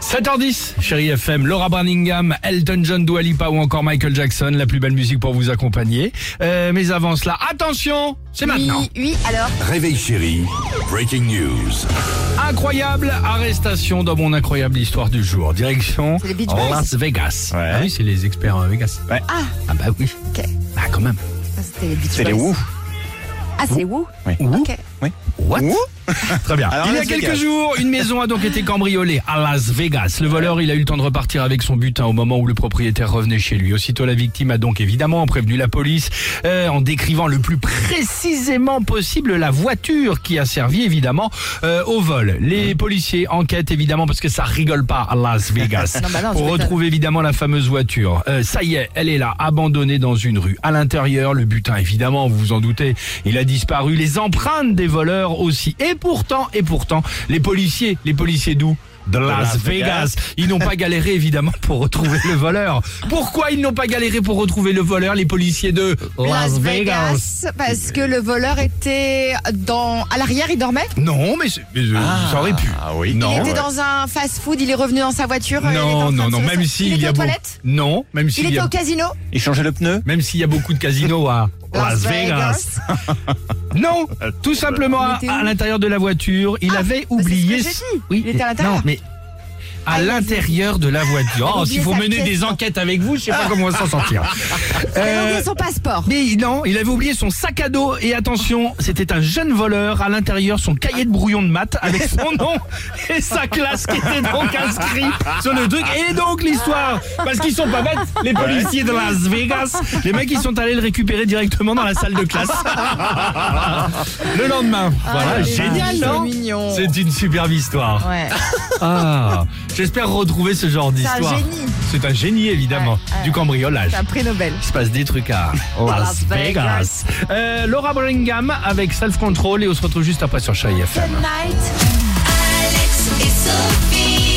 7h10, chérie FM, Laura Branningham, Elton John, Dua Lipa ou encore Michael Jackson, la plus belle musique pour vous accompagner. Euh, mais avant cela, attention, c'est maintenant. Oui, oui, alors. Réveil chéri, breaking news. Incroyable arrestation dans mon incroyable histoire du jour. Direction les Beach Boys. Las Vegas. Ah oui, c'est les experts euh, Vegas. Ah, Ah bah oui. ok. Ah quand même. Ça, C'était les Beach C'est les Boys. Who. Ah, c'est Woo Oui. Ok. Oui. What Who Très bien. Alors, il y a Las quelques Vegas. jours, une maison a donc été cambriolée à Las Vegas. Le voleur, il a eu le temps de repartir avec son butin au moment où le propriétaire revenait chez lui. Aussitôt, la victime a donc évidemment prévenu la police euh, en décrivant le plus précisément possible la voiture qui a servi évidemment euh, au vol. Les policiers enquêtent évidemment parce que ça rigole pas à Las Vegas. Non, bah non, je Pour m'étonne. retrouver évidemment la fameuse voiture. Euh, ça y est, elle est là, abandonnée dans une rue. À l'intérieur, le butin, évidemment, vous vous en doutez, il a disparu. Les empreintes des voleurs aussi. Et pourtant, et pourtant, les policiers, les policiers d'où de Las Las Vegas. Ils n'ont pas galéré évidemment pour retrouver le voleur. Pourquoi ils n'ont pas galéré pour retrouver le voleur Les policiers de Las Vegas. Parce que le voleur était dans à l'arrière, il dormait Non, mais, c'est- mais, euh, ça aurait pu. Ah oui. Non. Il était Ouais. dans un fast-food, il est revenu dans sa voiture. euh, il est en Non, train non, de non. se Même laisser- s'il il y était a aux beau- toilettes Non, même Il s'il y était a au casino Il changeait le pneu même s'il y a beaucoup de casinos à Las Vegas. Non, tout simplement à, Il était où à l'intérieur de la voiture, il Ah, avait bah, c'est ce oublié. que j'ai s- dit. Il était à l'intérieur. Non, mais à Ah, il avait- l'intérieur de la voiture. avait Oh, oublié s'il faut sa mener pièce, des quoi. enquêtes avec vous, je sais pas comment on va s'en sortir. Il Euh, avait oublié son passeport. mais non, il avait oublié son sac à dos et attention, c'était un jeune voleur à l'intérieur son cahier de brouillon de maths avec son nom et sa classe qui était donc inscrit sur le truc et donc l'histoire parce qu'ils sont pas bêtes les policiers de Las Vegas, les mecs ils sont allés le récupérer directement dans la salle de classe. Le lendemain, voilà, c'est génial mignon. non C'est mignon. C'est une superbe histoire. Ouais. Ah, j'espère retrouver ce genre C'est un d'histoire. génie. C'est un génie évidemment Ouais, ouais. du cambriolage. C'est un prix Nobel. Il se passe des trucs à Oh. Las Las Vegas. Vegas. Euh, Laura Bringham avec Self Control et on se retrouve juste après sur Chai FM. Good night. Alex et Sophie.